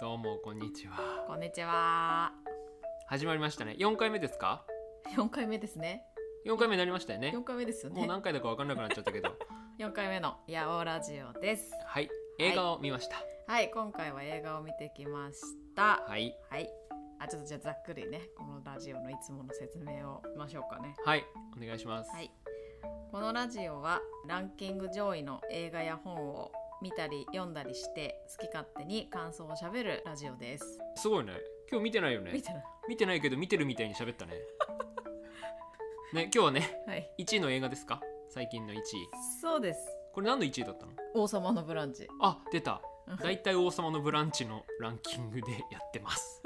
どうもこんにちは。こんにちは。始まりましたね。4回目ですか四回目ですね。 ?4 回目になりましたよね四。回目ですよもうね。何回だか分かんなくなっちゃった けど。四回目のヤオラジオです。はい。映画を見ました。はい、今回は映画を見てきました。はい。はい。あ、ちょっとじゃあざっくりね、このラジオのいつもの説明をしましょうかね。はい。お願いします。はい。このラジオはランキング上位の映画や本を見たり読んだりして好き勝手に感想をしゃべるラジオです。すごいね。今日見てないよね見。てない。見てないけど見てるみたいに喋 ったね。ね、今日はね、はい。 1位の映画ですか最近の1位。そうです。これ何の1位だったの王様のブランチ。あ、出た。うんだいたい王様のブランチのランキングでやって ます。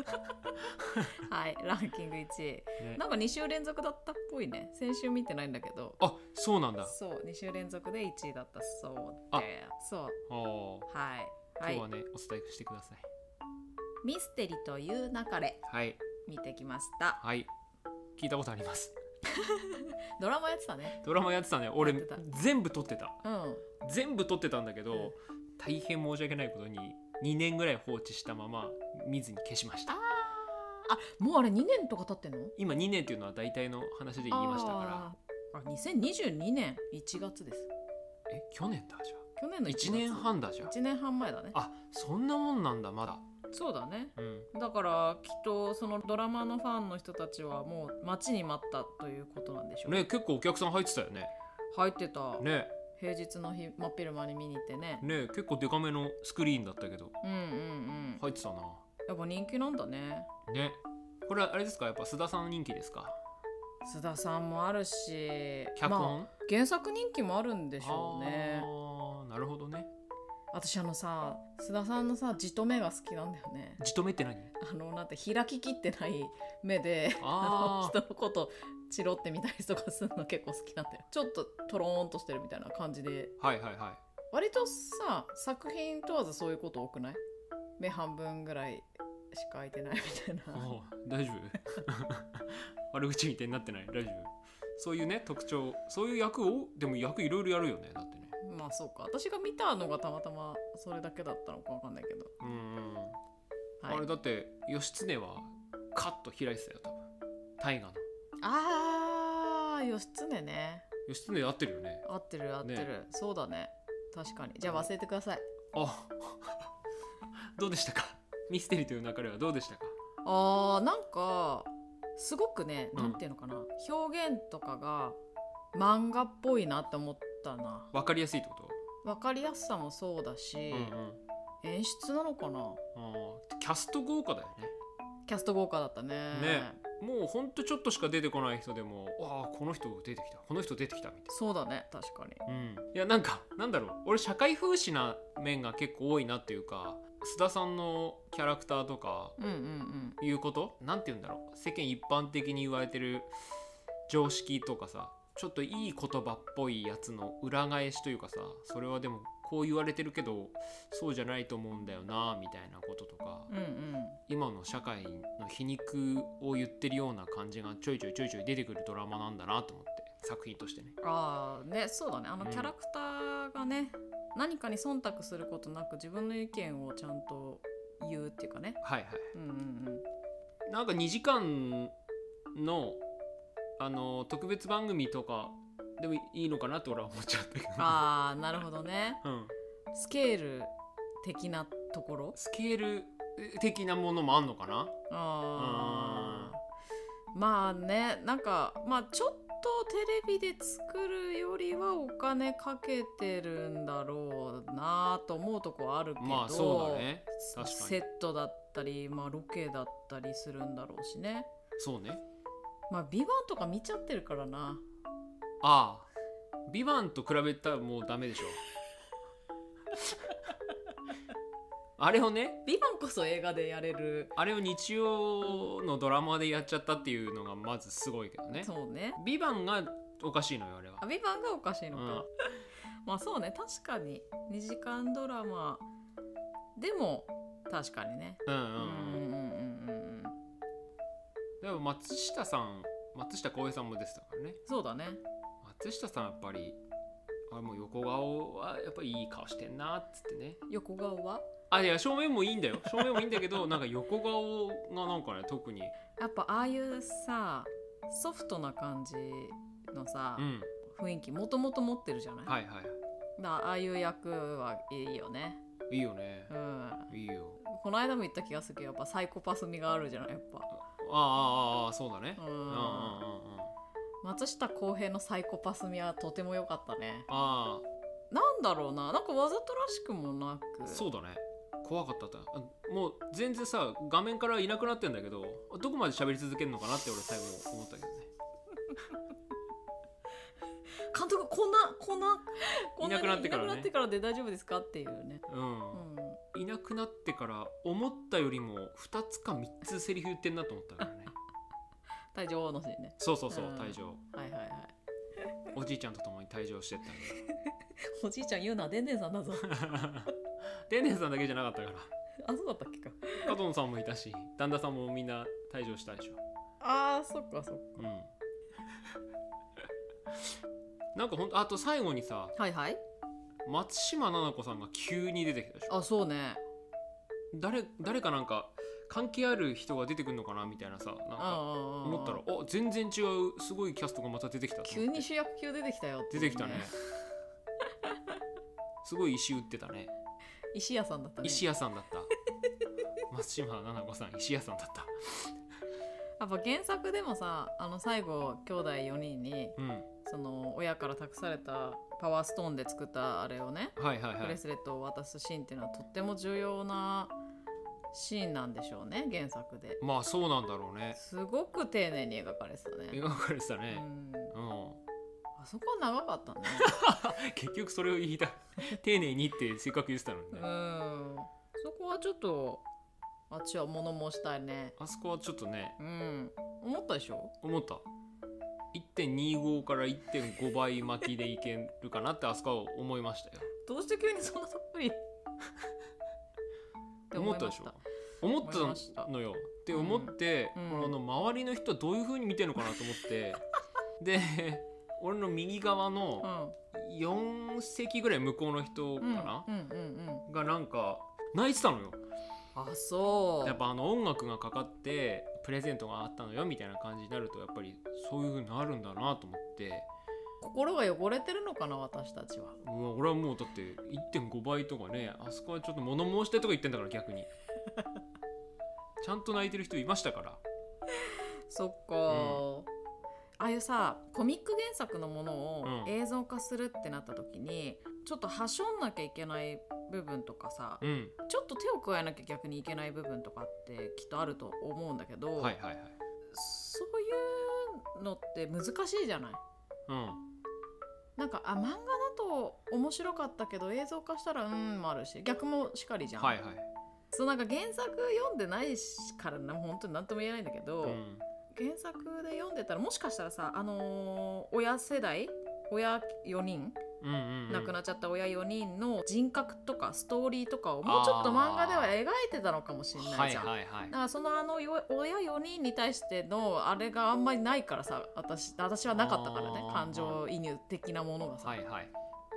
はい、ランキング1位。ねなんか2週連続だったっぽいね先週見てないんだけどあ、そうなんだ。そう2週連続で1位だったそうあでそうあーはい、今はい日はね、お伝えしてください。ミステリという流れはい。見てきましたはい。聞いたことあります。ドラマやってたねドラマやってたね。俺やってた全部撮ってた。うん全部撮ってたんだけど、うん大変申し訳ないことに2年ぐらい放置したまま見ずに消しました。あもうあれ2年とか経ってんの今2年っていうのは大体の話で言いましたから。らあ2022年1月ですえ、去年だじゃ去年のあ。 1月1年半だじゃあ。 1年半前だねあ、そんなもんなんだまだ。そうだねうん。だからきっとそのドラマのファンの人たちはもう待ちに待ったということなんでしょうね、結構お客さん入ってたよね。入ってた、ね、平日の日真っ昼間に見に行ってねね、結構デカめのスクリーンだったけどうんうんうん、入ってたな。やっぱ人気なんだねね。これはあれですかやっぱ須田さん人気ですか須田さんもあるし脚本、まあ、原作人気もあるんでしょうねあーなるほどね。私あのさ須田さんのさじと目が好きなんだよね じとめって何？あのなんて開ききってない目であーあの人のことチロってみたりとかするの結構好きなんだよちょっとトローンとしてるみたいな感じではいはいは割とさ作品問わずそういうこと多くない目半分ぐらいしか開いてないみたい。いなおう大丈夫？ 悪口みたいになってない。大丈夫？そういうね特徴、そういう役をでも役いろいろやるよね。だってね。まあそうか私が見たのがたまたまそれだけだったのかわかんないけど、うーん。はいあれだって義経はカッと開いてたよ多分。大河のあー義経ね義経で合ってるよね。合ってる合ってる、ねそうだね確かにじゃあ忘れてくださいあ、 どうでしたか？ミステリーという流れはどうでしたか？あーなんかすごくねうんなんていうのかな、表現とかが漫画っぽいなって思ったなわかりやすいってこと？分かりやすさもそうだし、うんうん。演出なのかなあーキャスト豪華だよね。キャスト豪華だったねねもうほんとちょっとしか出てこない人でもああこの人出てきたこの人出てきたみたいそうだね確かにな、うん、いやなんかなんだろう俺社会風刺な面が結構多いなっていうか須田さんのキャラクターとかうんうんいうことなんて言うんだろう世間一般的に言われてる常識とかさちょっといい言葉っぽいやつの裏返しというかさそれはでもこう言われてるけどそうじゃないと思うんだよなみたいなこととかうんうんうん今の社会の皮肉を言ってるような感じがちょいちょいちょいちょい出てくるドラマなんだなと思って作品としてねああねそうだねあのうんキャラクターがね、何かに忖度することなく自分の意見をちゃんと言うっていうかねはいはうんうん いなんか2時間のあの特別番組とかでもいいのかなって俺は思っちゃったけどああなるほどねうん、スケール的なところスケール的なものもあんのかなあーまあねなんかまあちょっとテレビで作るよりはお金かけてるんだろうなと思うとこはあるけど、まあそうだね確かにセットだったり、まあ、ロケだったりするんだろうしねそうねまあ「ビバンとか見ちゃってるからなああ「ビバンと比べたらもうダメでしょあれをね「ビバンこそ映画でやれるあれを日曜のドラマでやっちゃったっていうのがまずすごいけどね。そうねビバンがおかしいのよあれはあ「ビバンがおかしいのか、うん まあそうね確かに2時間ドラマでも確かにねうんううんんううん。んうんうんうんでも松下さん松下洸平さんも出てたからね。そうだね松下さんやっぱりあもう横顔はやっぱいい顔してんなっつってね横顔はあいや正面もいいんだよ正面もいいんだけ どなんか横顔がなんかね特にやっぱああいうさソフトな感じのさ、うん雰囲気もともと持ってるじゃない、はいはだからああいう役はいいよねいいいよねうんいいよこの間も言った気がするけどやっぱサイコパス味があるじゃないやっぱああああああそうだねううんんうんうんうん松下洸平のサイコパス味はとても良かったねあなんだろうななんかわざとらしくもなあくそうだね怖かったったあもう全然さ画面からいなくなってんだけどどこまで喋り続けるのかなって俺最後思ったけどね監督こんなこんなこんいなくなってからねいなくなってからで大丈夫ですかっていうねうんういなくなってから思ったよりも2つか3つセリフ言ってんなと思ったからねん女王のシーンねそうそうそううん退場はいはいはいおじいちゃんと共に退場してったおじいちゃん言うなでんでんさんだぞ んだで んねんさんだけじゃなかったからあそうだったっけか加藤さんもいたし旦那さんもみんな退場したでしょあーそっかそっうんなんかほんとあと最後にさかはいはい松島菜々子さんが急に出てきたでしょあそうね誰誰かなんか関係ある人が出てくるのかなみたいなさなんか思思ったらあ全然違うすごいキャストがまた出てきたと思って急に主役級出てきたよって出いうてき たねすごい石打ってたね石屋さんだったね石屋さんだった 松島菜々子さん石屋さんだったやっぱ原作でもさあの最後兄弟4人にうんその親から託されたパワーストーンで作ったあれをねはいはいブはレいスレットを渡すシーンっていうのはとっても重要なシーンなんでしょうね原作でまあそうなんだろうねすごく丁寧に描かれてたね、描かれてたうねん、うんあそこ長かったね結局それを言いたい 丁寧にってせっかく言ってたのにうねんそこはちょっとあっちは物申したいねあそこはちょっとねうん思ったでしょ思った1.25から1.5倍巻きでいけるかなってあそこは思いましたよどうして急にそんなそっぷりて思思っいたまでししょた思思いましったたのよって思って、うんこの周りの人はどういう風に見てるのかなと思ってで俺の右側うのん4席ぐらい向こうの人かな、うんうんうんうんがなんか泣いてたのよあそうやっぱあの音楽がかかってプレゼントがあったのよみたいな感じになるとやっぱりそういう風になるんだなと思って心が汚れてるのかな私たちはうわ俺はもうだって1.5倍とかねあそこはちょっと物申したいとか言ってんだから逆 にちゃんと泣いてる人いましたからそっか、ああいうさコミック原作のものをうん映像化するってなった時に、ちょっとはしょんなきゃいけない部分とかさ、うんちょっと手を加えなきゃ逆にいけない部分とかってきっとあると思うんだけど、はいはいはいそういうのって難しいじゃないうんなんかあ漫画だと面白かったけど映像化したらうんもあるし逆もしかりじゃん、はいはいそうなんか原作読んでないからな本当に何とも言えないんだけど、うん原作で読んでたらもしかしたらさあのー親世代親4人うんうんうん亡くなっちゃった親4人の人格とかストーリーとかをもうちょっと漫画では描いてたのかもしれないじゃん。はいはいはいだからそのあのよ親4人に対してのあれがあんまりないからさ私私はなかったからあねー感情移入的なものがさ、はいはい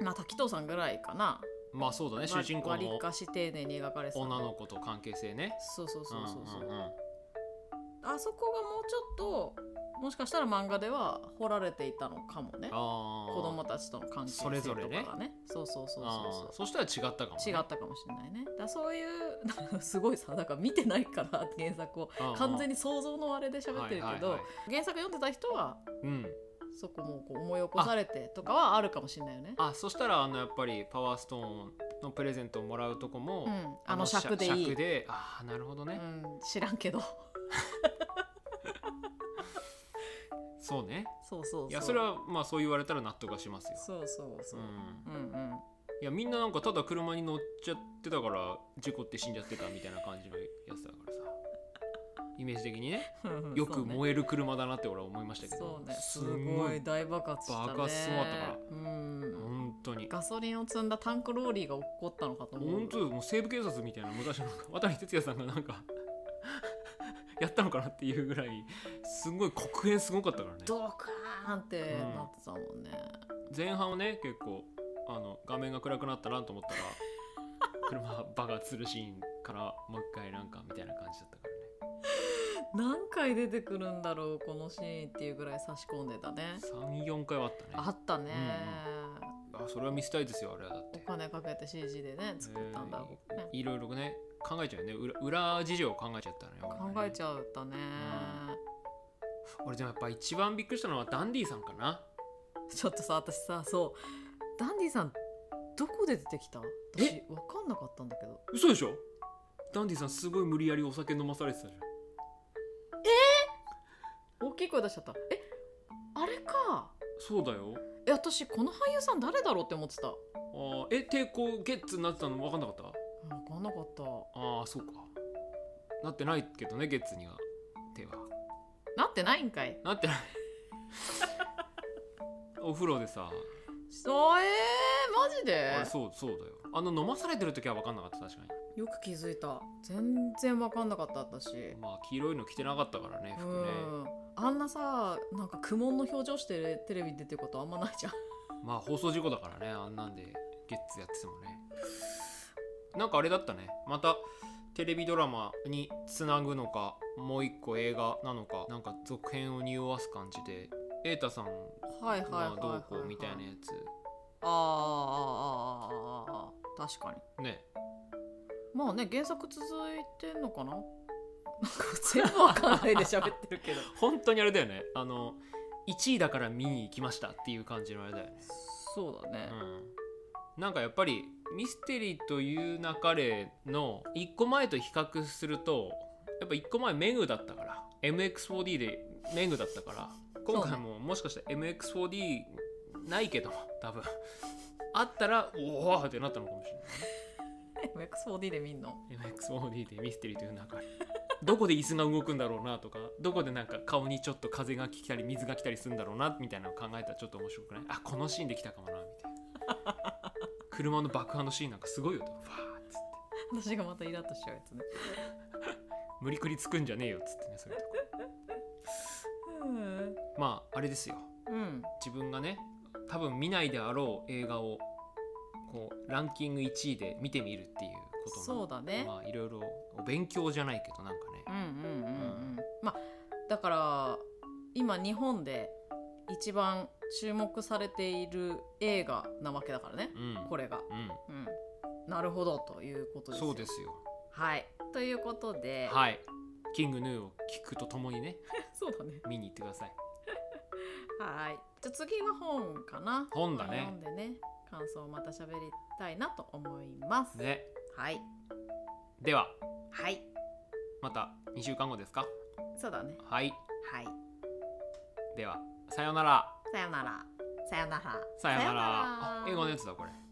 まあ滝藤さんぐらいかなまあそうだね主人公割りのかし丁寧に描かれてた女の子と関係性ねそうそうそうそうそう,、んんんあそこがもうちょっともしかしたら漫画では掘られていたのかもねあー子供たちとの関係性とそかれがねぞれねそうそうそうあーそうそしたら違ったかもね違ったかもしれないねだからそういうすごいさだから見てないから原作をうんうん完全に想像のあれで喋ってるはいけはいはどい原作読んでた人はうんそこもこう思い起こされてとかはあるかもしれないよねあそしたらあのやっぱりパワーストーンのプレゼントをもらうとこも、うん、あの尺でいい、尺でああなるほどうね、ん、知らんけどそうねそうそうそういいやそれはまあそう言われたら納得がしますよそうそうそうう、んうん、うんいやみんななんかただ車に乗っちゃってたから事故って死んじゃってたみたいな感じのやつだからさイメージ的に ねうんよく燃える車だなって俺は思いましたけどそうねすんごい大爆発したね爆発すごかったからうん本当にガソリンを積んだタンクローリーが起こったのかと思う本当ですもう西部警察みたいな昔の渡哲也さんがなんか やったのかなっていうぐらいすごい黒煙すごかったからねドカーンってなってたもんね、前半はね結構あの画面が暗くなったなと思ったら 車バカつるシーンからもう一回なんかみたいな感じだったからね何回出てくるんだろうこのシーンっていうぐらい差し込んでたね34回はあったねあったね、あそれは見せたいですよあれはだってお金かけて CG でね作ったんだろうね、いろいろね考えちゃうよね裏裏事情を考えちゃったのよ考えゃちゃったね、俺でもやっぱ一番びっくりしたのはダンディさんかなちょっとさ私さそうダンディさんどこで出てきた私分かんなかったんだけど嘘でしょダンディさんすごい無理やりお酒飲まされてたじゃん大きい声出しちゃったえあれかそうだよえ私この俳優さん誰だろうって思ってたあーえ抵抗ゲッツになってたの分かんなかった分かんなかったああそうかなってないけどねゲッツには手はなってないんかいなってないお風呂でさそうえー、マジあでれそうそうだよあの飲まされてる時は分かんなかった確かよく気づいた全然分かんなかった私にまあ黄色いの着てなかったからねう服ねんあんなさなんか苦悶の表情してるテレビに出てることあんまないじゃんまあ放送事故だからねあんなんでゲッツやっててもねなんかあれだったねまたテレビドラマにつなぐのかもう一個映画なのかなんか続編を匂わす感じで瑛太さんはいはいはいはい、がはい、どうこうみたいなやあーあーあーあーあー確かにつねまあね原作続いてんのかななんか全部わかんないで喋ってる けど本当にあれだよねあの1位だから見に行きましたっていう感じのあれだよねそうだね、うん、なんかやっぱりミステリーという流れの1個前と比較するとやっぱ1個前メグだったから MX4D でメグだったから今回ももしかしたら MX4D ないけど多分あったらおおってなったのかもし MX4D で見んのれない MX4D でミステリーという流れどこで椅子が動くんだろうなとかどこでなんか顔にちょっと風が来たり水が来たりするんだろうなみたいなのを考えたらちょっと面白くないあこのシーンできたかもなみたいな車の爆破のシーンなんかすごいよとわーっつって私がまたイラッとしちゃうやつね無理くりつくんじゃねえよっつってねそれとかうんまああれですようん自分がね多分見ないであろう映画をこうランキング1位で見てみるっていうこともそうだねまあいろいろお勉強じゃないけどなんかねうんうんうんうんまあだから今日本で一番注目されている映画なわけだからねうんこれれが、うんうん、なるほどということですよそうですよはいということで、はいキングヌーを聞くとともにねそうだね見に行ってくださいはいじゃあ次は本かな本だね読んでね感想をまた喋りたいなと思います、ねはいでははいまた2週間後ですかそうだねはいはいではさようならさよならさよならさようならさよならあ英語のやつだこれ